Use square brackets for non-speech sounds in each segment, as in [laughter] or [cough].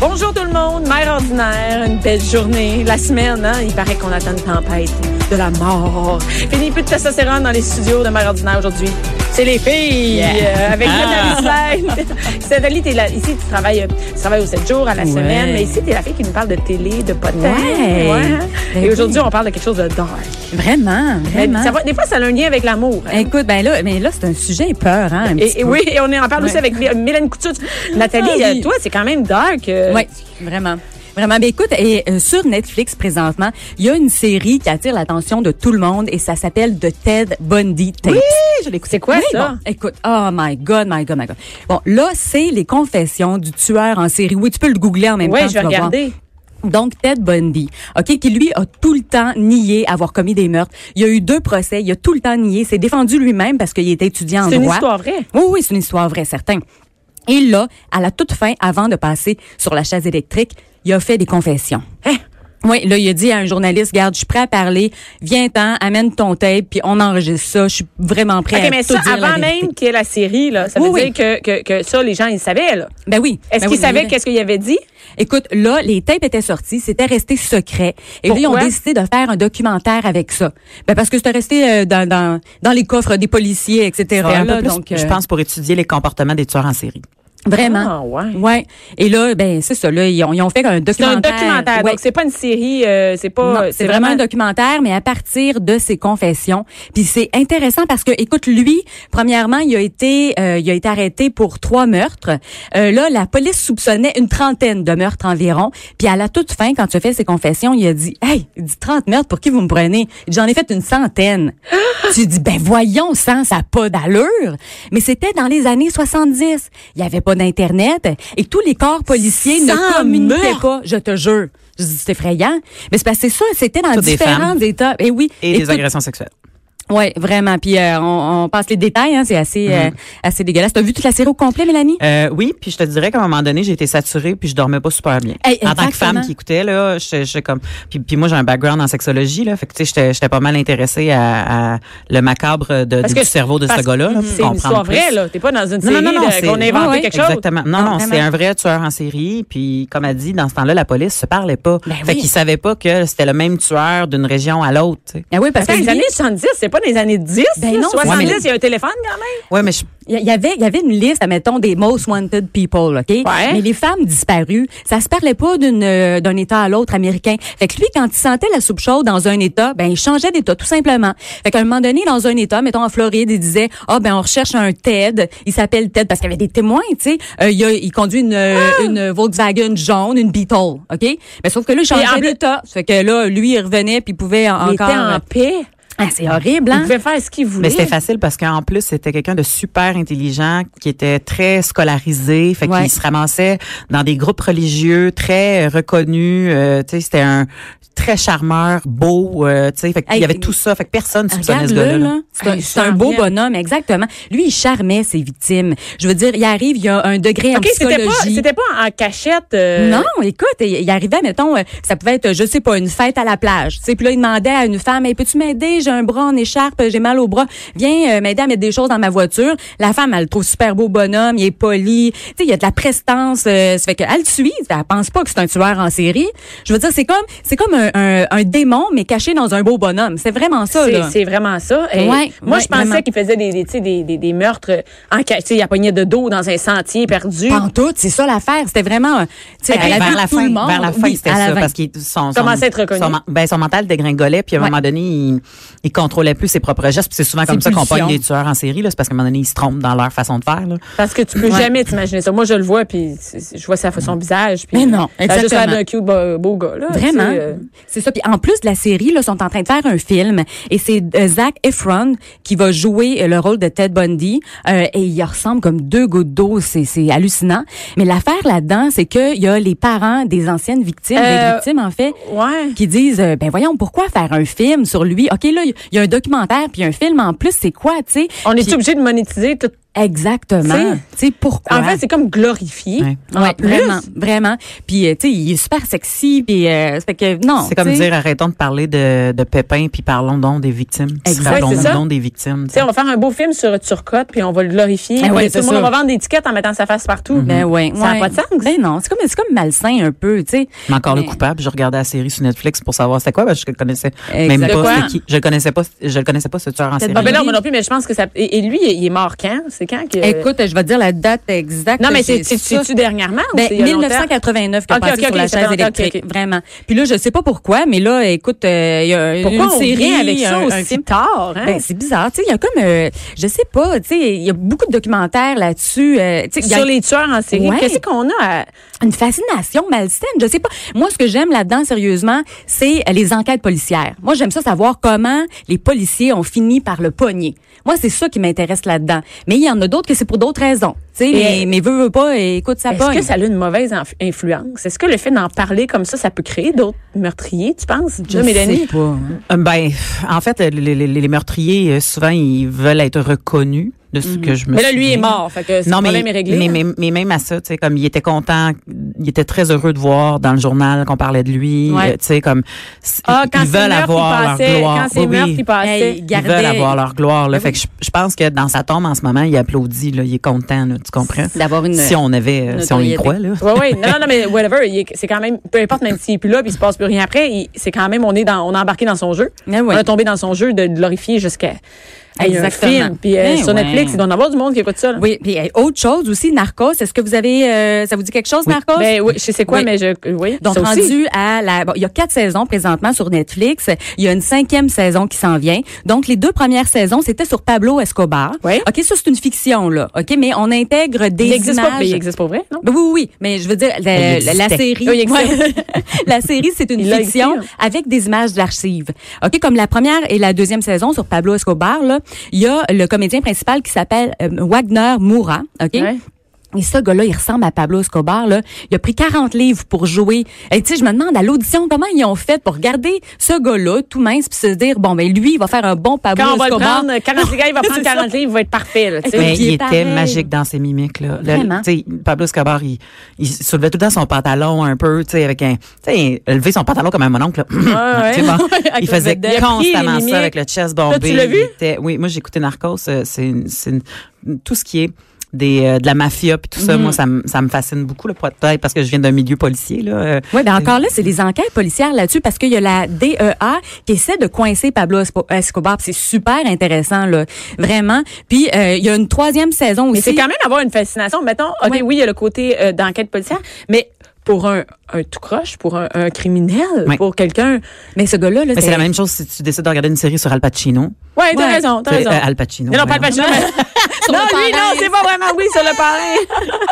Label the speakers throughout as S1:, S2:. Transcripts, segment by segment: S1: Bonjour tout le monde, mère ordinaire, une belle journée, la semaine, hein, il paraît qu'on attend une tempête, de la mort. Fini plus de testostérone dans les studios de mère ordinaire aujourd'hui. C'est les filles, euh, avec
S2: Ah.
S1: Nathalie Seine. [laughs] Nathalie, t'es là, ici, tu travailles, euh, tu travailles aux 7 jours à la semaine, mais ici, t'es la fille qui nous parle de télé, de podcast.
S2: Ouais. Ben
S1: Et
S2: oui.
S1: aujourd'hui, on parle de quelque chose de dark.
S2: Vraiment,
S1: Mais
S2: vraiment.
S1: ça va- des fois, ça a un lien avec l'amour. hein.
S2: Écoute, ben là, mais là, c'est un sujet peur, hein, un petit
S1: Et, et
S2: peu.
S1: oui, et on en parle aussi
S2: Ouais.
S1: avec Mé- Mélanie Couture. Nathalie,
S2: Ah oui.
S1: euh, toi, c'est quand même dark. euh,
S2: Ouais, vraiment. Vraiment. Ben écoute, et euh, sur Netflix présentement, il y a une série qui attire l'attention de tout le monde et ça s'appelle The Ted Bundy Tapes.
S1: je l'ai écouté. C'est quoi
S2: Oui,
S1: ça?
S2: bon, écoute, oh my God, my God, my God. Bon, là, c'est les confessions du tueur en série. Oui, tu peux le googler en même
S1: Oui,
S2: temps.
S1: je vais
S2: tu vas voir.
S1: regarder.
S2: Donc Ted Bundy, ok, qui lui a tout le temps nié avoir commis des meurtres. Il y a eu deux procès, il a tout le temps nié, s'est défendu lui-même parce qu'il était étudiant en
S1: C'est une
S2: droit.
S1: histoire vraie.
S2: Oui, oui, c'est une histoire vraie, certain. Et là, à la toute fin, avant de passer sur la chaise électrique, il a fait des confessions. Oui, là, il a dit à un journaliste, garde, je suis prêt à parler, viens-t'en, amène ton tape, puis on enregistre ça, je suis vraiment prêt
S1: OK,
S2: à
S1: mais
S2: tout
S1: ça,
S2: dire la
S1: avant
S2: vérité.
S1: même qu'il y ait la série, là, ça veut dire
S2: Oui,
S1: que,
S2: oui.
S1: que, que ça, les gens, ils savaient. là.
S2: Ben oui.
S1: Est-ce
S2: ben
S1: qu'ils
S2: oui,
S1: savaient
S2: évidemment.
S1: qu'est-ce qu'il avait dit?
S2: Écoute, là, les tapes étaient sorties, c'était resté secret. Et là, ils
S1: Pourquoi?
S2: ont décidé de faire un documentaire avec ça. Ben parce que c'était resté euh, dans, dans, dans les coffres des policiers, etc.
S3: C'était un peu
S2: là,
S3: plus,
S2: donc,
S3: je
S2: euh,
S3: pense, pour étudier les comportements des tueurs en série.
S2: Vraiment.
S1: Ah, ouais.
S2: Et là, ben c'est ça. Là, ils ont, ils ont fait un
S1: C'est
S2: documentaire.
S1: un documentaire.
S2: Ouais.
S1: Donc, c'est pas une série, euh, c'est
S2: Non,
S1: pas.
S2: c'est vraiment un documentaire, mais à partir de ses confessions. Puis c'est intéressant parce que, écoute, lui, premièrement, il a été, euh, il a été arrêté pour trois meurtres. Euh, là, la police soupçonnait une trentaine de meurtres environ. Puis à la toute fin, quand tu as fait ses confessions, il a dit, hey, il dit 30 meurtres, pour qui vous me prenez Il dit, J'en ai fait
S1: [gasps]
S2: une centaine. tu dis, ben voyons, sans ça a pas d'allure. Mais c'était dans les années 70. Il y avait pas d'internet et tous les corps policiers ne
S1: Sans
S2: communiquaient
S1: meurtre!
S2: pas. Je te jure. Je dis, c'est effrayant. Mais c'est parce que c'est ça, c'était dans
S3: Toutes des
S2: différents
S3: femmes.
S2: états. Et oui.
S3: Et, des
S2: tout-
S3: agressions sexuelles.
S2: Ouais, vraiment. Puis euh, on, on passe les détails, hein, c'est assez,
S3: Mm-hmm.
S2: euh, assez dégueulasse. T'as vu toute la série au complet, Mélanie?
S3: Euh, oui, puis je te dirais qu'à un moment donné, j'ai été saturée puis je dormais pas super bien.
S2: Hey,
S3: en tant que
S2: exactement.
S3: femme qui écoutait là, j'étais j'étais comme puis, puis moi j'ai un background en sexologie là, fait que tu sais j'étais j'étais pas mal intéressée à, à le macabre de,
S1: Parce
S3: du
S1: que-
S3: cerveau de
S1: parce
S3: ce gars-là. là, pour
S1: C'est une
S3: comprendre
S1: histoire
S3: plus.
S1: vraie, là. T'es pas dans une
S3: Non,
S1: série
S3: non, non, non,
S1: de-
S3: c'est-
S1: qu'on a inventé
S2: Ouais, ouais,
S1: quelque chose.
S3: Exactement. Non, non,
S2: Ah,
S3: c'est
S2: vraiment.
S3: un vrai tueur en série. Puis, comme elle dit, dans ce temps-là, la police se parlait pas.
S2: Ben
S3: fait
S2: oui.
S3: qu'ils savaient pas que c'était le même tueur d'une région à l'autre. tu sais.
S2: Ah oui, parce
S1: Dans
S2: que
S1: les
S2: lui,
S1: années 70, c'est pas dans les années 10.
S2: Ben
S1: là.
S2: non,
S1: 70,
S3: ouais, mais-
S1: il y a un téléphone quand même.
S3: Ouais, mais je-
S2: il y- il y avait, il y avait une liste, admettons, des most wanted people, OK? Mais les femmes disparues, ça se parlait pas d'une, euh, d'un État à l'autre américain. Fait que lui, quand il sentait la soupe chaude dans un État, ben, il changeait d'État, tout simplement. Fait qu'à un moment donné, dans un État, mettons en Floride, il disait, ah, ben, on recherche un Ted. Il s'appelle Ted parce qu'il y avait des témoins, tu sais. Euh, il, a- il conduit une, euh,
S1: Ah!
S2: une Volkswagen jaune, une Beetle, OK? Mais sauf que là, il
S1: Et en
S2: changeait
S1: plus-
S2: d'État. Fait que là, lui, il revenait puis il pouvait en-
S1: Il
S2: encore.
S1: était en paix.
S2: Ah, c'est horrible,
S1: Il
S2: hein?
S1: pouvait faire ce qu'il voulait.
S3: Mais Ben, c'était facile parce qu'en plus, c'était quelqu'un de super intelligent, qui était très scolarisé, fait
S2: Ouais.
S3: qu'il se ramassait dans des groupes religieux très euh, reconnus. euh, tu sais, c'était un très charmeur, beau, euh, tu sais, fait qu'il
S2: Hey,
S3: y avait tout ça. Fait que personne ne soupçonnait ce
S2: Regarde-le,
S3: gars-là. là.
S2: là. C'est un-
S1: Hey,
S2: C'est un, beau
S1: Charmière.
S2: bonhomme, exactement. Lui, il charmait ses victimes. Je veux dire, il arrive, il y a un degré en
S1: OK, c'était pas,
S2: psychologie.
S1: c'était pas en cachette. euh,
S2: Non, écoute, il, il arrivait, mettons, euh, ça pouvait être, je sais pas, une fête à la plage. Tu sais, puis là, il demandait à une femme, hey, peux-tu m'aider? J'ai un bras en écharpe, j'ai mal au bras. Viens euh, m'aider à mettre des choses dans ma voiture. La femme, elle le trouve super beau bonhomme, il est poli. Tu sais, il y a de la prestance. euh, ça fait qu'elle le suit. Elle pense pas que c'est un tueur en série. Je veux dire, c'est comme, c'est comme un, un- un démon, mais caché dans un beau bonhomme. C'est vraiment ça,
S1: C'est-
S2: là.
S1: C'est vraiment ça. Et
S2: Ouais,
S1: moi,
S2: ouais,
S1: je pensais
S2: vraiment.
S1: qu'il faisait des, des, tu sais, des, des, des meurtres en cachette. Tu sais, Il a pogné de dos dans un sentier perdu.
S2: Pas en tout, c'est ça l'affaire. C'était vraiment, euh, tu sais,
S3: Ben,
S2: à la
S3: vers
S2: vue
S3: la
S2: de tout
S3: fin,
S2: le monde.
S3: vers la fin,
S2: Oui,
S3: c'était
S2: à la
S3: ça,
S2: fin.
S3: parce qu'il son, son-
S1: Commençait à être reconnu.
S3: son men- ben, son mental dégringolait, puis à un
S2: Ouais.
S3: moment donné, il, il contrôlait plus ses propres gestes. Puis c'est souvent comme
S2: C'est
S3: ça qu'on
S2: pulsion.
S3: pogne les tueurs en série, là. C'est parce qu'à un moment donné, ils se trompent dans leur façon de faire, là.
S1: Parce que tu peux jamais t'imaginer ça. Moi, je le vois, puis c'est- c'est- je vois sa, son visage. Puis
S2: Mais non,
S1: ça a juste l'air
S2: exactement.
S1: d'un cute beau, beau gars. Là,
S2: Vraiment.
S1: tu sais, euh,
S2: C'est ça. Puis en plus, la série, là, sont en train de faire un film. Et c'est euh, Zac Efron qui va jouer euh, le rôle de Ted Bundy. Euh, et il ressemble comme deux gouttes d'eau. C'est, c'est hallucinant. Mais l'affaire là-dedans, c'est qu'il y a les parents des anciennes victimes,
S1: Euh,
S2: des victimes, en fait,
S1: ouais.
S2: qui disent, euh, ben voyons, pourquoi faire un film sur lui? OK, là, il y a un documentaire, puis un film en plus, c'est quoi, tu sais?
S1: On est
S2: Puis-
S1: obligé de monétiser tout.
S2: Exactement.
S1: Tu sais,
S2: Tu sais, pourquoi?
S1: En fait, c'est comme glorifié.
S3: Ouais.
S1: En
S2: Ouais,
S1: plus.
S2: Ah, vraiment, vraiment. Puis, euh, tu sais, il est super sexy, puis euh, ça fait que, non.
S3: C'est comme
S2: tu sais.
S3: dire, arrêtons de parler de, de Pépin, puis parlons donc des victimes.
S2: Exact.
S3: Parlons
S1: Ouais, c'est ça.
S3: donc des victimes.
S1: Tu sais, on va faire un beau film sur Turcotte, puis on va le glorifier.
S2: Ah ouais,
S1: Puis tout
S2: c'est
S1: le monde,
S2: ça.
S1: on va vendre des étiquettes en mettant sa face partout.
S2: Ben ouais,
S1: mm-hmm. Ça a
S2: ouais.
S1: pas de sens.
S2: Ben non, c'est comme c'est comme malsain un peu, tu sais.
S3: Mais encore
S2: Mais-
S3: le coupable, je regardais la série sur Netflix pour savoir c'était quoi, parce que je connaissais même
S2: Exact.
S1: De quoi?
S3: pas c'était qui. Je le connaissais pas, je le connaissais pas ce tueur en
S2: Peut-être
S3: série.
S1: Ah, ben non,
S2: Oui.
S1: moi non plus, mais je pense que ça. Et, et lui, il est mort quand? C'est quand que.
S2: Écoute, je vais te dire la date exacte.
S1: non, mais
S2: J'ai
S1: c'est- c'est-
S2: Ben, ça.
S1: c'est-tu dernièrement? ou
S2: Ben,
S1: c'est il y a longtemps?
S2: 1989 qui a
S1: Ok,
S2: passé
S1: ok,
S2: sur
S1: ok,
S2: la
S1: ça fait
S2: chaise
S1: longtemps, ok,
S2: électrique,
S1: ok.
S2: vraiment. Puis là, je sais pas pourquoi, mais là, écoute, euh, il y a
S1: Pourquoi
S2: une
S1: on
S2: série
S1: vient avec ça
S2: un- un
S1: aussi
S2: film.
S1: tard? Hein?
S2: Ben, c'est bizarre, tu sais, il y a comme, euh, je sais pas, tu sais, il y a beaucoup de documentaires là-dessus, euh, tu sais, il y a
S1: sur les tueurs en série,
S2: Ouais.
S1: qu'est-ce qu'on a à.
S2: une fascination malsaine, je sais pas. Moi, ce que j'aime là-dedans, sérieusement, c'est euh, les enquêtes policières. Moi, j'aime ça savoir comment les policiers ont fini par le pogner. Moi, c'est ça qui m'intéresse là-dedans. Mais il y en a d'autres que c'est pour d'autres raisons. Tu sais, mais, mais veux, veux pas, et écoute, ça
S1: Est-ce
S2: pogne.
S1: que ça a une mauvaise inf- influence? Est-ce que le fait d'en parler comme ça, ça peut créer d'autres meurtriers, tu penses?
S2: Je
S1: Là,
S2: sais
S1: Mélanie?
S2: pas. hein.
S3: Euh, Ben, en fait, les, les- les- les meurtriers, euh, souvent, ils veulent être reconnus de ce que je me
S1: Mhm. Mais là, lui est
S3: souviens.
S1: mort, fait que son
S3: Non, mais,
S1: problème est réglé.
S3: mais,
S1: hein?
S3: mais- mais même à ça, tu sais, comme il était content, il était très heureux de voir dans le journal qu'on parlait de lui,
S2: Ouais.
S3: euh, tu sais, comme c-
S1: ah, quand
S3: ils
S1: c'est
S3: veulent
S1: meurtre,
S3: avoir
S1: il
S3: leur
S1: passait.
S3: gloire.
S1: Quand c'est
S3: Oui, oui.
S1: meurtre, il passait.
S2: Hey,
S3: Ils
S2: gardait-
S3: veulent avoir leur gloire. Là.
S2: Ben
S3: Fait que je, je pense que dans sa tombe en ce moment, il applaudit, là, il est content, là, tu comprends?
S2: D'avoir une.
S3: Si on avait, euh, si on y
S2: notoriété.
S3: croit, là.
S1: Oui, oui. Non, non, non, mais whatever. il est- C'est quand même, peu importe, même s'il est plus là, puis il se passe plus rien après, il- c'est quand même, on est dans, on est embarqué dans son jeu.
S2: Ah oui.
S1: On est tombé dans son jeu de glorifier jusqu'à hey, un
S2: Exactement.
S1: film. Puis euh,
S2: Eh
S1: sur
S2: ouais.
S1: Netflix, il doit y en avoir du monde qui écoute ça. là.
S2: Oui, puis hey, autre chose aussi, Narcos. Est-ce que vous avez, euh, ça vous dit quelque chose, Narcos?
S1: Ben oui, je sais c'est quoi,
S2: Oui.
S1: mais je, oui.
S2: Donc
S1: ça aussi.
S2: rendu à la, bon, il y a quatre saisons présentement sur Netflix. Il y a une cinquième saison qui s'en vient. Donc les deux premières saisons c'était sur Pablo Escobar.
S1: Oui.
S2: Ok, ça c'est une fiction là. Ok, mais on intègre des
S1: Il existe pas,
S2: images.
S1: mais il existe pour vrai, non?
S2: Ben oui, oui, oui, mais je veux dire, la,
S3: Il
S2: la- la
S3: existait.
S2: série,
S1: Oui, il existait.
S2: Ouais. [laughs] la série, c'est une
S1: Il l'a
S2: fiction
S1: écrit, hein.
S2: avec des images d'archives. Ok, comme la première et la deuxième saison sur Pablo Escobar, là, il y a le comédien principal qui s'appelle euh, Wagner Moura. Ok,
S1: Ouais.
S2: et ce gars-là, il ressemble à Pablo Escobar. Là. Il a pris 40 livres pour jouer. Et tu sais, je me demande à l'audition comment ils ont fait pour regarder ce gars-là tout mince puis se dire bon ben lui, il va faire un bon Pablo
S1: Quand on va le
S2: Escobar.
S1: prendre, 40 gars, il va prendre
S2: [laughs] C'est ça.
S1: 40 livres, il va être parfait, là, tu sais.
S3: Mais
S2: Puis il
S3: il
S2: est
S3: était
S2: pareil.
S3: magique dans ses mimiques là. Le-
S2: Vraiment.
S3: tu sais, Pablo Escobar, il, il soulevait tout le temps son pantalon un peu, tu sais, avec un, tu sais, lever son pantalon comme un mononcle. là.
S1: Ah ouais.
S2: [laughs]
S3: [laughs] Tu sais, bon,
S1: Avec le
S3: il faisait
S1: vedette. Il a pris les
S3: constamment
S1: mimiques.
S3: ça avec le chest
S1: Là,
S3: bombé.
S1: tu l'as vu?
S3: Il était- oui, moi j'ai écouté Narcos. euh, C'est, une- c'est une- tout ce qui est des, euh, de la mafia puis tout ça.
S1: Mm-hmm.
S3: Moi, ça, me- ça me fascine beaucoup le peut-être parce que je viens d'un milieu policier là. euh,
S2: Oui, ben encore là, c'est les enquêtes policières là-dessus parce qu'il y a la DEA qui essaie de coincer Pablo Espo- Escobar. puis C'est super intéressant là, vraiment. Puis euh, il y a une troisième saison
S1: Mais
S2: aussi.
S1: c'est quand même avoir une fascination. Mettons, OK,
S2: Ouais.
S1: oui, il y a le côté euh, d'enquête policière, mais pour un, un tout croche, pour un, un criminel,
S3: Ouais.
S1: pour quelqu'un.
S2: Mais ce gars-là, là,
S3: Mais c'est
S2: c'est-
S3: la même chose si tu décides de regarder une série sur Al Pacino.
S1: Ouais, t'as
S2: Ouais.
S1: raison, t'as
S3: Tu sais,
S1: raison.
S3: euh, Al Pacino.
S1: non, non, pas Al
S3: voyons.
S2: [laughs]
S1: Pacino. mais- non,
S2: le
S1: lui,
S2: parrain.
S1: non, c'est pas vraiment oui sur le parrain.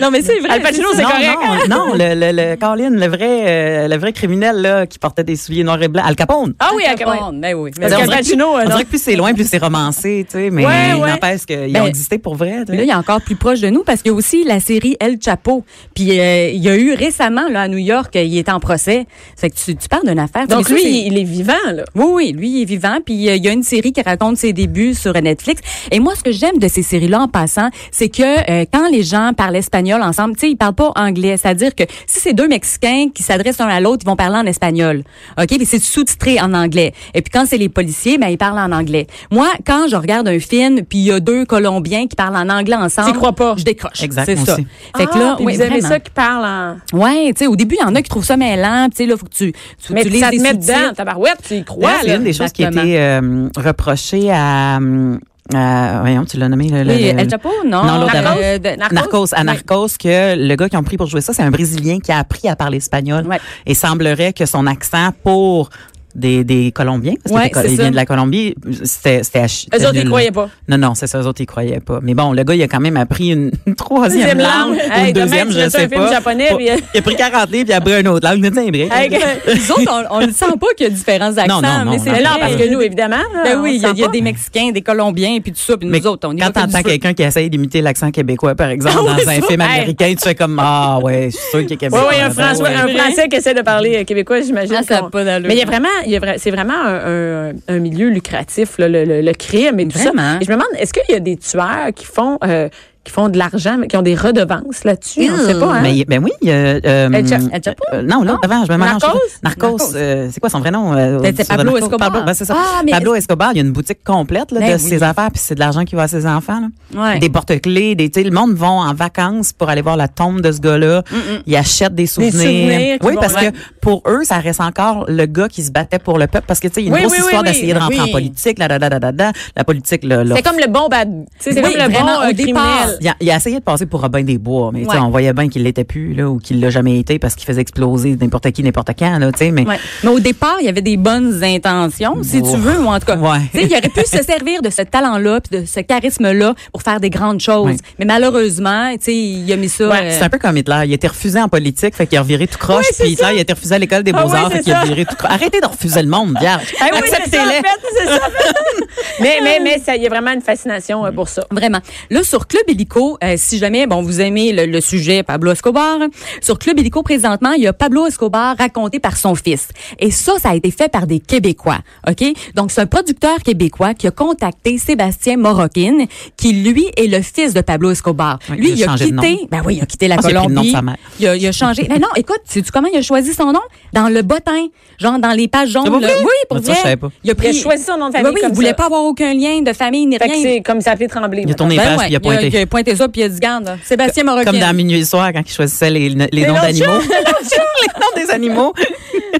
S2: non, mais c'est vrai.
S1: Al Pacino,
S2: c'est ça.
S1: c'est correct. [laughs]
S3: Non, non, non le, le, le Colin, le vrai, euh, le vrai criminel là, qui portait des souliers noirs et blancs, Al Capone.
S1: Ah oui, ok, ouais.
S2: Ben oui.
S1: Parce
S3: On
S1: qu'Al
S3: dirait que-
S1: Pacino, euh,
S3: on
S1: non.
S3: dirait que plus c'est loin, plus c'est romancé, tu sais, mais
S1: Ouais, ouais.
S3: n'empêche qu'ils
S2: Ben,
S3: ont existé pour vrai. tu
S2: Mais
S3: sais.
S2: là, il est encore plus proche de nous parce qu'il y a aussi la série El Chapo. Puis euh, il y a eu récemment là à New York, il est en procès. Fait que tu, tu parles d'une affaire.
S1: Donc
S2: Mais ça,
S1: lui,
S2: c'est-
S1: il il est vivant, là.
S2: oui, oui, lui il est vivant. Puis euh, il y a une série qui raconte ses débuts sur Netflix. Et moi, ce que j'aime de ces séries-là, en passant, c'est que euh, quand les gens parlent espagnol ensemble, tu sais, ils parlent pas anglais. C'est-à-dire que si c'est deux Mexicains qui s'adressent l'un à l'autre, ils vont parler en espagnol. Ok, puis c'est sous-titré en anglais. Et puis quand c'est les policiers, ben ils parlent en anglais. Moi, quand je regarde un film, puis il y a deux Colombiens qui parlent en anglais ensemble,
S1: T'y crois pas.
S2: Je décroche.
S3: Exact,
S2: C'est
S3: moi
S2: ça.
S3: aussi.
S2: Fait que là,
S1: Ah, puis
S2: oui,
S1: vous avez
S2: vraiment.
S1: ça qui parle en.
S2: Ouais, tu sais, au début, il y en a qui trouvent ça mêlant, puis tu sais, là, faut que tu, tu,
S1: Mais
S2: tu
S1: ça
S2: lises
S1: te
S2: les
S1: met
S2: sous-titres.
S1: dedans, tabarouette, tu y
S3: D'ailleurs,
S1: crois,
S3: c'est
S1: là.
S3: une des choses qui a
S2: exactement.
S3: été euh, reprochée à, euh, à- Voyons, tu l'as nommé. Le, le-
S2: Oui,
S3: le-
S2: El Chapo, non.
S3: Non, l'autre
S1: avant.
S2: Euh, [laughs] de-
S1: Narcos?
S3: Narcos, à
S1: Oui.
S3: Narcos, que le gars qui ont pris pour jouer ça, c'est un Brésilien qui a appris à parler espagnol.
S2: Ouais.
S3: Et semblerait que son accent pour des, des Colombiens, parce
S2: Ouais,
S3: que
S2: c'est
S3: ils
S2: ça.
S3: viennent de la Colombie, c'était c'était ach- c'était
S1: Eux autres, ils
S3: nul.
S1: croyaient pas.
S3: Non, non, c'est ça, eux autres, ils croyaient pas. Mais bon, le gars, il a quand même appris une, [laughs] une troisième
S1: Deuxième
S3: langue,
S1: langue.
S3: ou
S1: Hey,
S3: une
S1: demain,
S3: deuxième,
S1: tu
S3: je
S1: fais ça, un
S3: sais
S1: film
S3: pas.
S1: japonais, puis- euh,
S3: Il a pris 40 livres, puis il a pris une autre langue. Il nous dit,
S1: Hey,
S2: Nous autres, on, on le sent pas qu'il y a différents accents,
S3: Non, non, non,
S2: mais
S1: Mais
S2: c'est
S1: non,
S2: vrai.
S1: parce que nous, évidemment.
S2: Ben oui,
S1: on
S2: il y a,
S1: sent
S2: il y a
S1: pas.
S2: des Mexicains, des Colombiens, puis tout ça, puis nous autres, on y
S3: quand
S2: va comme
S3: t'entends
S2: du feu.
S3: quelqu'un qui essaye d'imiter l'accent québécois, par exemple,
S1: Ah ouais,
S3: dans un
S1: ça,
S3: film
S1: hey.
S3: américain, tu fais comme, ah, ouais, je suis sûr qu'il est
S1: Oui,
S3: québécois.
S1: oui, un,
S3: là-dedans,
S1: François-
S2: Ben
S1: hein.
S3: ouais.
S1: un Français qui essaie de parler euh, québécois, j'imagine.
S2: Ah, ça a
S1: qu'on-
S2: pas d'allure.
S1: Mais il y a vraiment, il y a vra- c'est vraiment un, un- un milieu lucratif, là, le, le- le crime et tout
S2: Vraiment.
S1: ça. Et je me demande, est-ce qu'il y a des tueurs qui font, euh, qui font de l'argent, mais qui ont des redevances là-dessus? On ne sait pas, hein?
S3: Mais il- ben oui, euh, euh,
S1: El Cha-
S2: El Chapo?
S3: euh, non, l'autre avant, je me mélange.
S1: Narcos?
S3: Narcos,
S2: Ah, Narcos.
S3: euh, c'est quoi son vrai nom? euh,
S2: Ben, c'est
S3: sur
S2: Pablo
S3: Narcos?
S2: Escobar.
S3: Pablo, ben, c'est ça.
S2: Ah, mais-
S3: Pablo Escobar, il y a une boutique complète là,
S2: Ben
S3: de
S2: oui.
S3: ses affaires, puis c'est de l'argent qui va à ses enfants. là.
S2: Ouais.
S3: Des porte-clés, des, tu sais, le monde va en vacances pour aller voir la tombe de ce gars-là. Il achète des souvenirs.
S1: souvenirs qui
S3: oui,
S1: vont-
S3: parce
S1: ouais.
S3: que pour eux, ça reste encore le gars qui se battait pour le peuple, parce que tu sais, il y a une
S1: Oui,
S3: grosse
S1: oui, oui,
S3: histoire
S1: oui.
S3: d'essayer de rentrer
S2: Oui.
S3: en politique, la, la, la, la, la, la, la politique, le, le
S1: C'est comme le bon bad. tu sais, C'est
S2: Oui,
S1: comme le bon
S2: vraiment,
S1: euh,
S2: au départ.
S1: criminel.
S3: il a, il a essayé de passer pour Robin des Bois, mais tu sais,
S2: Ouais.
S3: on voyait bien qu'il l'était plus là ou qu'il l'a jamais été parce qu'il faisait exploser n'importe qui, n'importe quand là, tu sais, mais
S2: Ouais. Mais au départ, il y avait des bonnes intentions, si
S3: Oh.
S2: tu veux, ou en tout cas.
S3: Ouais.
S2: Tu sais, Il aurait pu se servir de ce talent-là, puis de ce charisme-là pour faire des grandes choses.
S3: Ouais.
S2: Mais malheureusement, tu sais, il a mis ça.
S1: Ouais,
S2: euh,
S3: C'est un peu comme Hitler. Il a été refusé en politique, fait qu'il a reviré tout croche.
S1: Oui, c'est
S3: puis Hitler,
S1: ça.
S3: il a été refusé à l'école des
S1: Ah oui,
S3: beaux-arts,
S1: c'est
S3: fait qu'il a
S1: ça.
S3: viré tout croche. Arrêtez de refuser le monde, vierge.
S1: [laughs]
S2: Ben Eh
S1: Ah oui, c'est ça, en
S3: Acceptez-les.
S1: fait, c'est ça, en fait. [laughs] mais mais, mais ça, il y a vraiment une fascination euh, pour ça.
S2: Vraiment. Là, sur Club Illico, euh, si jamais bon vous aimez le, le sujet Pablo Escobar, sur Club Illico, présentement, il y a Pablo Escobar raconté par son fils. Et ça, ça a été fait par des Québécois. OK? Donc, c'est un producteur québécois qui a contacté Sébastien Morockin, qui, lui, est le fils de Pablo Escobar.
S3: Oui,
S2: lui,
S3: il a
S2: il a
S3: changé de
S2: quitté...
S3: nom.
S2: Ben oui, il a quitté la
S3: pense qu'il a pris
S2: Colombie.
S3: le nom de sa mère.
S2: Il a, il a changé. Mais non, écoute, sais-tu comment il a choisi son nom? Dans le bottin. Genre, dans les pages jaunes.
S3: C'est pas
S2: là.
S3: vrai?
S2: Oui, pour
S3: Ah, ça,
S2: vrai.
S3: je savais pas.
S2: Il a, pris...
S1: Il a choisi son nom de famille
S2: Ben oui,
S1: comme
S2: il voulait
S1: ça.
S2: pas avoir aucun lien de famille ni
S1: Fait que
S2: rien.
S1: c'est comme ça appelé tremblé.
S3: Il a tourné les
S2: Ben
S3: pages,
S2: ouais,
S3: puis il a pointé.
S2: Il a, pointé ça, puis il a dit, garde, Sébastien Morocco. [laughs]
S3: Comme dans Minuit et Soir, quand il choisissait les, les noms
S1: noms de [laughs]
S3: d'animaux. les noms des animaux.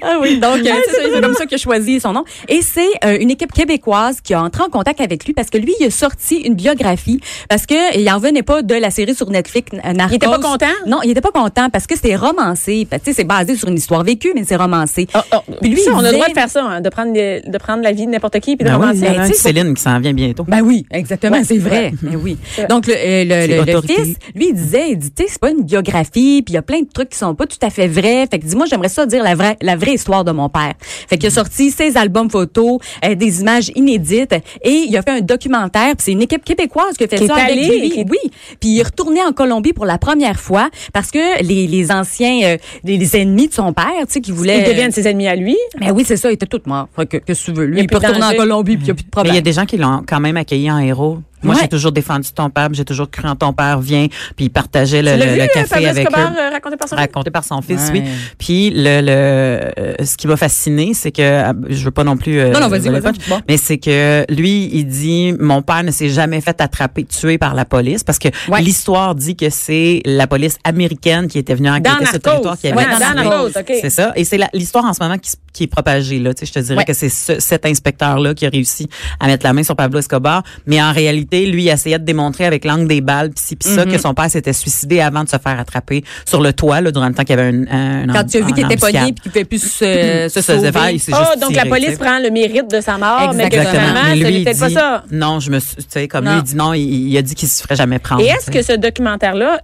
S2: Ah oui, donc euh, c'est ça, c'est comme ça qu'il a choisi son nom. Et c'est euh, une équipe québécoise qui a entré en contact avec lui parce que lui, il a sorti une biographie parce que il en revenait pas de la série sur Netflix euh, Narcos.
S1: Il était pas content?
S2: Non, il était pas content parce que c'était romancé. Fait que, Tu sais, c'est basé sur une histoire vécue, mais c'est romancé.
S3: Ah,
S2: Puis lui,
S1: Ça,
S2: il
S1: on a le droit de
S2: disait-
S1: faire ça, hein, de, prendre les- de prendre la vie de n'importe qui puis de
S3: Ben oui,
S1: romancer.
S3: il y en a
S2: Mais
S3: un
S2: tu
S3: qui-
S2: sais, c'est-
S3: Céline qui s'en vient bientôt.
S2: Ben oui, exactement,
S1: Ouais,
S2: c'est vrai. Mais oui. Donc le, euh,
S3: C'est
S2: le, le- le
S3: autorité.
S2: fils, lui, il disait, il dit, Tu sais, c'est pas une biographie, puis il y a plein de trucs qui sont pas tout à fait vrais. Fait que dis-moi, j'aimerais ça dire la vraie, la vraie histoire de mon père. Fait qu'il a sorti ses albums photos, euh, des images inédites, et il a fait un documentaire. Puis c'est une équipe québécoise qui a fait
S1: Qui
S2: ça
S1: est
S2: avec
S1: allée,
S2: lui.
S1: qui est-
S2: Oui. Puis il est retourné en Colombie pour la première fois parce que les, les anciens, euh, les, les ennemis de son père, tu sais, qui voulaient.
S1: Ils deviennent ses ennemis à lui.
S2: Mais oui, c'est ça, ils étaient tous morts. Fait que, qu'est-ce que tu veux? Lui,
S1: y a
S2: il peut
S1: plus de
S2: retourner en
S1: danger.
S2: Colombie, puis il y a plus de
S3: Mais il
S2: problème.
S3: y a des gens qui l'ont quand même accueilli en héros. Moi,
S2: Ouais.
S3: j'ai toujours défendu ton père, puis j'ai toujours cru en ton père, viens, puis il partageait le,
S1: Tu l'as
S3: le-
S1: vu,
S3: le
S1: euh,
S3: café
S1: Pablo
S3: avec
S1: Escobar,
S3: eux.
S1: euh, raconté par son fils?
S3: raconté par son fils,
S2: Ouais.
S3: oui. Puis le, le euh, ce qui m'a fasciné, c'est que euh, je veux pas non plus euh,
S2: Non, non, vas-y,
S3: voler
S2: vas-y,
S3: punch,
S2: bon.
S3: mais c'est que lui, il dit mon père ne s'est jamais fait attraper, tuer par la police parce que
S2: Ouais.
S3: l'histoire dit que c'est la police américaine qui était venue enquêter
S1: Dans
S3: sur le
S1: Narcos.
S3: territoire qui avait
S1: Ouais,
S2: dans
S3: tué.
S1: Narcos, OK.
S3: C'est ça. Et c'est la- l'histoire en ce moment qui, se- qui est propagée là. Tu sais, je te dirais
S2: Ouais.
S3: que c'est ce- cet inspecteur là qui a réussi à mettre la main sur Pablo Escobar, mais en réalité, lui, il essayait de démontrer avec l'angle des balles, puis ci, puis ça,
S2: Mhm.
S3: que son père s'était suicidé avant de se faire attraper sur le toit là, durant le temps qu'il y avait un, un
S2: quand tu as vu
S3: en
S2: qu'il était
S3: embuscade.
S2: pogné puis qu'il ne pouvait
S1: [clears throat]
S2: plus se, se
S3: Ça faisait faire,
S2: sauver.
S3: il s'est
S1: Ah,
S3: juste
S1: donc
S3: tiré,
S1: la police
S3: tu sais.
S1: prend le mérite de sa mort, mais que
S2: Exactement.
S1: finalement,
S3: Mais lui,
S1: c'était
S3: il
S1: peut-être pas
S3: dit,
S1: ça.
S3: Non, je me suis, tu sais, comme
S2: Non.
S3: lui, il dit non, il, il a dit qu'il se ferait jamais prendre.
S1: Et est-ce
S3: tu
S1: que
S3: sais.
S1: ce documentaire-là,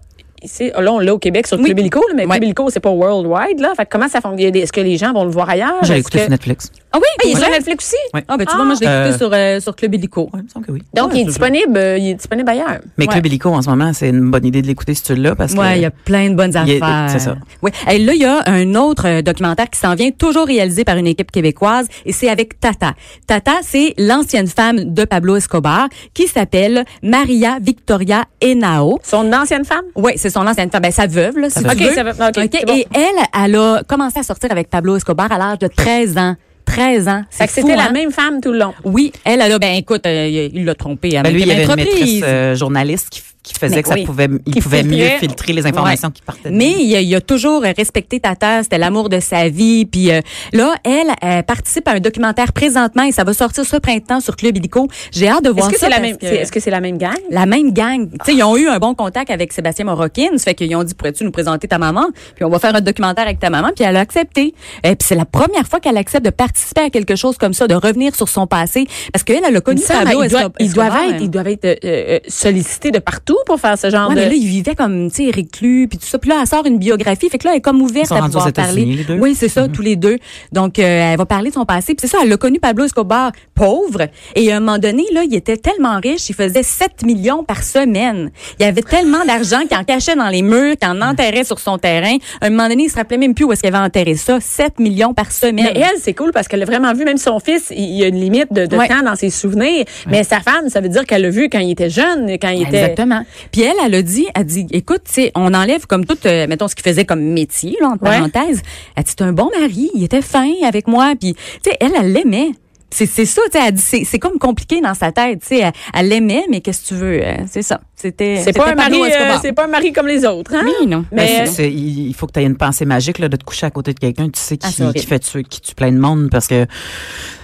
S1: c'est, là, on l'a au Québec sur
S2: Oui.
S1: Club Illico, là, mais
S2: Ouais.
S1: Club Illico, c'est pas worldwide, là. Fait que comment ça fonctionne? Est-ce que les gens vont le voir ailleurs?
S3: Je l'ai
S1: Est-ce
S3: écouté
S1: que-
S3: sur Netflix.
S2: Ah oui,
S1: Ah, il est
S2: pour
S1: sur
S2: vrai?
S1: Netflix aussi?
S2: Ah, ben tu
S1: Ah.
S2: vois, moi, je l'ai écouté
S3: Euh,
S2: sur, euh, sur Club Illico.
S3: Oui, il me semble que oui.
S1: Donc,
S3: Ouais,
S1: il, est
S3: je-
S1: disponible, euh, il est disponible ailleurs.
S3: Mais Club Illico, en ce moment, c'est une bonne idée de l'écouter si tu l'as parce
S2: Ouais, il y a
S3: que.
S2: plein de bonnes
S3: Il y a-
S1: euh,
S2: affaires.
S3: c'est ça.
S2: Oui. Et là, il y a un autre euh, documentaire qui s'en vient, toujours réalisé par une équipe québécoise, et c'est avec Tata. Tata, c'est l'ancienne femme de Pablo Escobar, qui s'appelle Maria Victoria Henao.
S1: Son ancienne femme?
S2: Oui, c'est son ancienne femme, ben, sa veuve, là, si
S3: veuve.
S2: tu
S1: Ok,
S2: veux.
S1: sa veuve, ok,
S2: Ok,
S1: c'est bon.
S2: Et elle, elle a commencé à sortir avec Pablo Escobar à l'âge de 13 ans. 13 ans.
S1: Fait
S2: C'est
S1: que
S2: fou,
S1: c'était la
S2: hein?
S1: même femme tout le long.
S2: Oui, elle, elle a, ben écoute, euh, il l'a trompée à
S3: Ben, lui, il y
S2: maintes
S3: avait une maîtresse
S2: reprises.
S3: euh, journaliste qui, qui faisait
S2: Mais
S3: que ça
S2: oui.
S3: pouvait, il
S2: Qui
S3: pouvait mieux
S2: filtrait.
S3: filtrer les informations
S2: Ouais.
S3: qui partaient. de
S2: Mais
S3: lui.
S2: il a, il a toujours respecté ta terre, c'était l'amour de sa vie. Puis euh, là, elle, elle participe à un documentaire présentement et ça va sortir ce printemps sur Club Illico. J'ai hâte de voir
S1: Est-ce que
S2: ça
S1: c'est la
S2: parce
S1: même,
S2: que-
S1: c'est- est-ce que c'est la même gang?
S2: la même gang. Tu sais, ils ont eu un bon contact avec Sébastien Morockin. Ça fait qu'ils ont dit, pourrais-tu nous présenter ta maman? Puis on va faire un documentaire avec ta maman. Puis elle a accepté. Et puis c'est la première fois qu'elle accepte de participer à quelque chose comme ça, de revenir sur son passé. Parce qu'elle, elle a connu
S1: Ça,
S2: Pablo
S1: ils, doivent,
S2: Escob-
S1: ils doivent
S2: Escobar,
S1: être, ils doivent être euh, euh, sollicités de partout pour faire ce genre
S2: Ouais,
S1: de.
S2: mais là, il vivait comme, tu sais, reclus, puis tout ça. Puis là, elle sort une biographie. Fait que là, elle est comme ouverte
S3: Ils sont
S2: à
S3: rendus
S2: pouvoir
S3: aux États-Unis,
S2: parler.
S3: les deux. Mm-hmm.
S2: Oui, c'est ça, tous les deux. Donc, euh, elle va parler de son passé. Puis c'est ça, elle a connu Pablo Escobar pauvre. Et à un moment donné, là, il était tellement riche, il faisait 7 millions par semaine. Il y avait tellement d'argent qu'il en cachait dans les murs, qu'il en enterrait sur son terrain. À un moment donné, il se rappelait même plus où est-ce qu'il avait enterré ça. 7 millions par semaine.
S1: Mais elle, c'est cool parce qu'elle a vraiment vu, même son fils, il il y a une limite de, de
S2: Ouais.
S1: temps dans ses souvenirs. Mais sa femme, ça veut dire qu'elle l'a vu quand il était jeune, quand il était.
S2: Exactement. Puis elle, elle a dit, elle dit, écoute, tu sais, on enlève comme tout, euh, mettons, ce qu'il faisait comme métier, là, entre
S1: Ouais.
S2: parenthèses. Elle dit, c'est un bon mari, il était fin avec moi. Puis, tu sais, elle, elle l'aimait. C'est c'est ça, tu sais, elle dit, c'est c'est comme compliqué dans sa tête, tu sais, elle- elle l'aimait, mais qu'est-ce que tu veux, euh, c'est ça. C'était
S1: C'est pas
S2: c'était
S1: un mari,
S2: Pablo
S1: euh,
S2: Escobar.
S1: c'est pas un mari comme les autres, hein?
S2: Oui, non.
S1: Mais-
S3: Ben, c'est- c'est- il il faut que tu aies une pensée magique là, de te coucher à côté de quelqu'un, tu sais,
S2: Ah,
S3: qui,
S2: c'est horrible.
S3: qui fait tuer, qui tue plein de monde parce que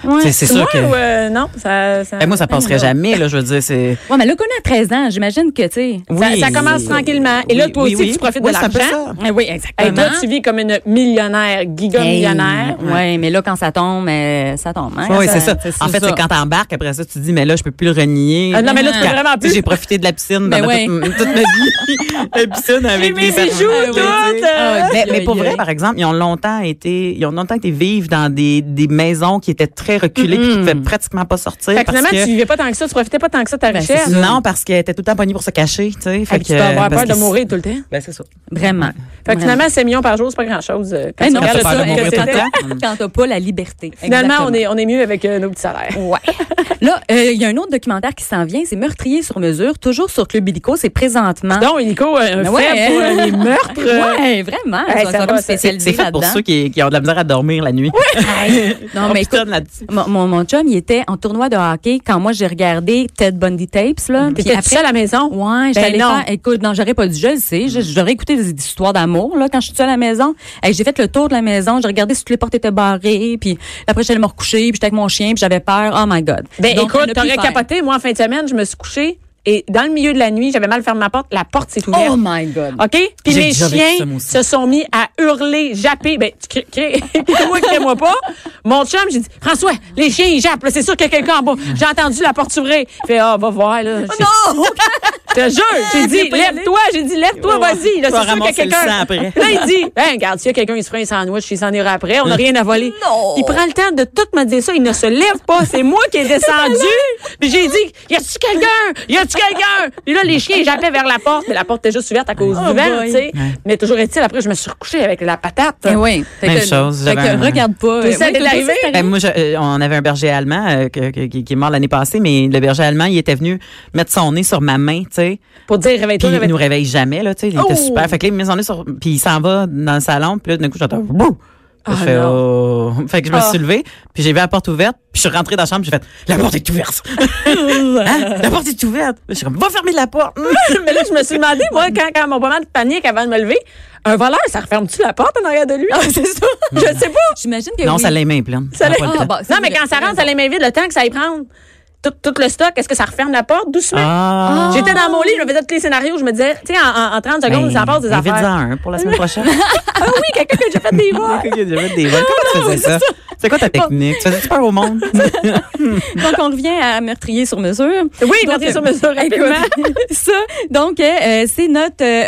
S2: Ouais.
S3: tu sais, c'est
S1: Ouais,
S3: sûr que.
S1: ou, euh, non, ça. ça
S3: Ben, moi, ça passerait
S1: non.
S3: jamais, là, je veux dire, c'est.
S2: Ouais, mais elle l'a connu à 13 ans, j'imagine que, tu sais.
S1: Ça- ça commence tranquillement. Et là, toi aussi, tu profites de
S3: Oui, c'est un peu
S1: l'argent.
S3: ça.
S2: Oui,
S1: Hey,
S2: exactement.
S1: toi, tu vis comme une millionnaire, giga-millionnaire.
S2: Hey, ouais, mais là, quand ça tombe, euh, ça Ah, tombe. hein.
S3: Oui,
S2: Quand
S3: c'est ça. En fait,
S2: ça.
S3: c'est quand t'embarques, après ça, tu te dis, mais là, je peux plus le renier.
S1: Ah non, mais là, tu peux
S3: Quand-
S1: vraiment plus.
S3: J'ai profité de la piscine
S2: Ben
S3: pendant
S2: ouais.
S3: toute, toute ma vie.
S1: [laughs]
S3: la piscine avec
S1: mes
S3: les
S1: bijoux,
S3: parents.
S1: tout.
S3: Ah, oui, tu sais.
S1: Ah,
S3: mais, mais
S2: aïe,
S3: pour vrai,
S2: aïe.
S3: par exemple, ils ont longtemps été, ils ont longtemps été vivre dans des, des maisons qui étaient très reculées puis qui ne pouvaient pratiquement pas sortir.
S1: Fait que
S3: Hein, parce
S1: finalement,
S3: que-
S1: tu vivais pas tant que ça, tu profitais pas tant que ça de ta
S2: Ben, c'est
S1: richesse.
S2: ça.
S3: Non, parce qu'elle était tout le temps pognée pour se cacher, tu sais.
S1: Et
S3: Fait
S1: puis, tu
S3: que,
S1: dois avoir
S3: parce
S1: peur de
S3: que-
S1: mourir tout le temps.
S3: Ben, c'est ça.
S2: Vraiment.
S1: Fait que
S2: Vraiment.
S1: finalement, 7 millions par jour, c'est pas grand-chose. euh, Quand
S2: Eh
S1: tu
S2: non,
S3: Quand t'as
S1: regardes
S3: peur
S1: ça,
S3: de mourir
S1: que
S3: tout le
S1: c'était.
S3: temps.
S2: quand t'as pas la liberté.
S1: Finalement, on
S2: Exactement.
S1: est, on est mieux avec euh, nos petits salaires.
S2: Ouais. Là, euh, il y a un autre documentaire qui s'en vient, c'est Meurtrier sur mesure, toujours sur Club Illico, c'est présentement.
S3: Hein?
S1: Donc, Nico, un
S2: Ben
S1: fait
S2: ouais.
S1: pour euh,
S2: [laughs]
S1: les meurtres. euh,
S2: ouais, vraiment,
S1: Hey,
S2: ils
S1: ça
S2: sont- sont
S1: va,
S2: comme
S1: ça. C'est-
S3: C'est
S2: spécialisés
S3: c'est fait pour
S2: là-dedans.
S3: ceux qui, qui ont de la misère à dormir la nuit.
S1: [laughs]
S2: Non,
S3: [laughs] On
S2: mais écoute,
S3: pitonne là-dessus.
S2: mon, mon- mon chum, il était en tournoi de hockey quand moi j'ai regardé Ted Bundy Tapes là, puis
S1: T'étais tout
S2: après-
S1: seul à la maison.
S2: Ouais, j'étais
S1: Ben
S2: allée
S1: non.
S2: faire- écoute, non, j'aurais pas dû, je le sais, je- j'aurais écouté des, des histoires d'amour là quand je suis seule à la maison. Hey, j'ai fait le tour de la maison, j'ai regardé si toutes les portes étaient barrées, puis après j'allais me recoucher, puis j'étais avec mon chien, puis j'avais peur. Oh my god.
S1: Ben
S2: Donc, on a
S1: écoute,
S2: pu
S1: t'aurais
S2: faire.
S1: capoté. Moi, en fin de semaine, je me suis couchée et dans le milieu de la nuit, j'avais mal fermé ma porte. La porte s'est ouverte. Ah,
S2: Oh my god.
S1: OK? Puis
S3: J'ai
S1: mes
S3: déjà vécu ça,
S1: chiens
S3: moi aussi.
S1: se sont mis à hurler, japper. Ben, tu cries, cries, [laughs] crie-moi, crie-moi pas. Mon chum, j'ai dit, François, les chiens, ils jappent, là. C'est sûr qu'il y a quelqu'un en bas. J'ai entendu la porte s'ouvrir. Il fait, ah, va voir, là.
S3: Oh
S1: non! [laughs] Je te jure,
S3: Ah,
S1: j'ai dit,
S2: pas y aller.
S1: lève-toi, j'ai dit, lève-toi,
S3: Ouais.
S1: vas-y, là. C'est
S3: Tu vas
S1: sûr qu'il y a
S3: ramasser le
S1: quelqu'un.
S3: sang après.
S1: Là, il dit, ben, regarde, s'il y a quelqu'un, il se prend un sandwich, il s'en ira après, on n'a rien à voler.
S2: Non.
S1: Il prend le temps de tout me dire ça, il ne se lève pas. C'est moi qui ai
S2: [laughs]
S1: descendu. Puis j'ai dit, y a-tu quelqu'un? Y a-tu quelqu'un? Puis là, les chiens, j'appelais vers la porte, mais la porte était juste ouverte à cause
S2: Oh
S1: du vent,
S2: boy.
S1: tu sais. Mais toujours est-il, après, je me suis recouchée avec la patate.
S2: Eh oui. Fait
S3: Même
S2: que-
S3: chose,
S2: Fait que
S3: j'avais un-
S2: regarde pas. Eh
S1: Tout ça,
S2: Oui,
S1: t'es
S2: tout ça,
S1: arrivé?
S2: c'est
S3: Ben, moi, je- euh, on avait un berger allemand euh, que- que- qui, qui est mort l'année passée, mais le berger allemand, il était venu mettre son nez sur ma main, tu sais.
S1: Pour dire,
S3: Puis
S1: réveille-toi,
S3: il nous
S1: réveille-toi.
S3: réveille jamais, là, tu sais. Il était
S1: Oh!
S3: super. Fait que là, il met son nez sur. Puis il s'en va dans le salon, puis là, d'un coup, j'entends. Bouh!
S1: Ah,
S3: je fais,
S1: non.
S3: oh. Fait que je me
S1: Ah.
S3: suis levée, puis j'ai vu la porte ouverte, puis je suis rentrée dans la chambre, j'ai fait La porte est ouverte! [laughs] Hein? La porte est ouverte! Je suis comme Va fermer la porte!
S1: [laughs] mais là, je me suis demandé, moi, quand, quand mon moment de panique avant de me lever, un voleur, ça referme-tu la porte en arrière de lui?
S2: Ah,
S1: c'est ça. je sais pas.
S2: J'imagine que
S3: non,
S2: oui.
S3: ça les mains pleines.
S1: Ça
S3: Ça n'a
S1: l'est-
S3: pas le
S2: Ah,
S3: temps.
S2: bon, c'est
S1: Non, mais
S2: vrai,
S1: quand ça
S2: c'est
S1: rentre,
S2: vrai.
S1: ça les met vite, le temps que ça y prendre tout, tout le stock, est-ce que ça referme la porte doucement?
S3: Ah!
S1: J'étais dans mon lit, je me faisais tous les scénarios, je me disais, tu sais, en, en- en
S2: Ben,
S1: 30 secondes, ça passe des
S3: invite-en
S1: affaires.
S3: Ben, un pour la
S1: [laughs]
S3: semaine prochaine.
S1: Ah oui, quelqu'un qui a déjà fait des
S3: [laughs]
S1: vols.
S3: Il y a déjà des vols. Comment tu faisais ça? C'est quoi ta technique? Tu faisais peur au monde?
S2: Donc, on revient à meurtrier sur mesure.
S1: Oui,
S2: Donc,
S1: meurtrier sur [laughs]
S2: [laughs]
S1: mesure, rapidement.
S2: écoute, ça, donc, euh, c'est notre, euh,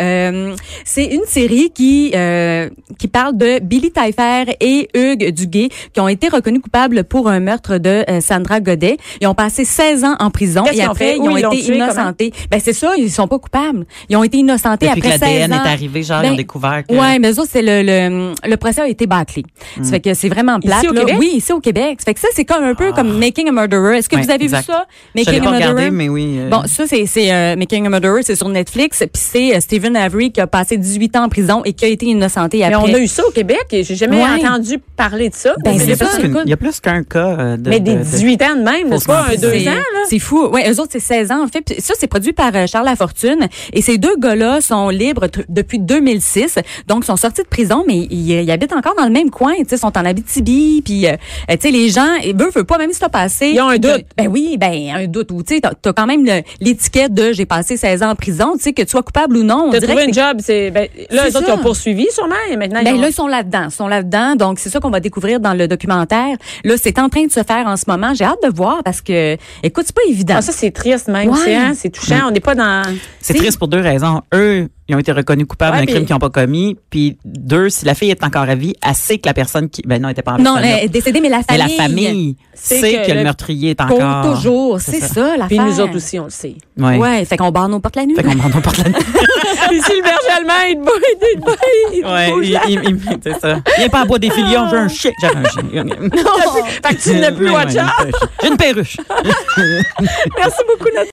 S2: euh, c'est une série qui euh, qui parle de Billy Taillefer et Hugues Duguay qui ont été reconnus coupables pour un meurtre de euh, Sandra Godet. Ils ont passé 16 ans en prison
S1: Qu'est-ce
S2: et
S1: qu'ils ont
S2: après
S1: fait?
S2: ils
S1: Où
S2: ont
S1: ils l'ont
S2: été
S1: tué,
S2: innocentés. Ben c'est ça, ils sont pas coupables. Ils ont été innocentés
S3: Depuis que
S2: après 16 ans.
S3: l'ADN est arrivé, genre, ils
S2: Ben,
S3: ont découvert que.
S2: Ouais, mais ça, c'est le, le, le procès a été bâclé. Ça fait que c'est vraiment plate.
S1: Ici, au
S2: là.
S1: Québec?
S2: Oui, ici au Québec. Fait que ça, c'est comme un peu comme Making a Murderer. Est-ce que
S3: Ouais,
S2: vous avez
S3: exact.
S2: vu ça?
S3: Je l'ai
S2: Making
S3: pas regardé, mais oui.
S1: Mm.
S3: euh,
S2: Bon, ça, c'est c'est, euh, Making a Murderer, c'est sur Netflix. Puis c'est euh, Stephen Avery qui a passé 18 ans en prison et qui a été innocenté
S1: Mais
S2: après.
S1: on a eu ça au Québec et j'ai jamais
S2: Ouais.
S1: entendu parler de ça.
S2: Ben,
S3: il, y a
S2: c'est
S3: plus
S2: ça,
S3: qu'une-
S2: écoute.
S3: il y a plus qu'un cas euh, de.
S1: mais des
S3: de- de-
S1: 18 ans de même,
S3: Faut
S1: c'est pas un
S3: se
S1: 2 ans,
S3: lancer.
S1: là.
S2: C'est fou. Ouais, eux autres, c'est 16 ans, en fait. Puis ça, c'est produit par euh, Charles Lafortune. Et ces deux gars-là sont libres t- depuis 2006. Donc, ils sont sortis de prison, mais ils, euh, ils habitent encore dans le même coin. Tu sais, Ils sont en Abitibi. Puis, euh, euh, tu sais, les gens, ils veulent, veulent pas, même si t'as passé...
S1: Ils ont un doute.
S2: Ben oui, ben un doute. Ou, tu sais, t'as- t'as quand même le- l'étiquette de « j'ai passé 16 ans en prison ». Tu sais, que tu sois coupable ou non, on
S1: T'as
S2: dirait
S1: trouvé
S2: que
S1: un job, c'est ben, là
S2: C'est
S1: les autres ils
S2: ça.
S1: ont poursuivi sûrement et maintenant ils
S2: Ben
S1: ont-
S2: là, ils sont là-dedans. Ils sont là-dedans. Donc, c'est ça qu'on va découvrir dans le documentaire. Là, c'est en train de se faire en ce moment. J'ai hâte de voir parce que, écoute, c'est pas évident.
S1: Ah, ça c'est triste même,
S2: Ouais.
S1: c'est hein, c'est touchant, on n'est pas dans
S3: C'est triste pour deux raisons. Eux, ils ont été reconnus coupables
S1: Ouais,
S3: d'un
S1: puis-
S3: crime qu'ils n'ont pas commis. Puis deux, si la fille est encore à vie, elle sait que la personne qui. Ben non, elle était pas en vie.
S2: non,
S3: celle-là.
S2: elle est décédée, mais la
S3: mais la
S2: famille.
S3: famille
S1: C'est
S3: sait
S1: que
S3: que, le
S1: le-
S3: meurtrier est
S2: Pour
S3: encore.
S2: toujours.
S3: C'est
S2: C'est
S3: ça.
S2: ça, la
S1: puis nous autres aussi on le
S2: [laughs]
S1: sait.
S3: Ouais.
S2: Ouais, fait qu'on barre nos portes la nuit.
S3: Fait
S2: [laughs]
S3: qu'on m'en porte la
S1: Ici le berger allemand, il te bat, il te bat, il te
S3: Ouais,
S1: bouge
S3: il,
S1: la-
S3: il- il- c'est ça. Viens pas à bois des filions, j'ai un chien. J'avais un chien.
S2: [laughs]
S1: Fait que tu n'as plus
S3: Ouais,
S1: watch
S3: ouais,
S1: out.
S3: J'ai une perruche.
S1: Merci beaucoup Nathalie.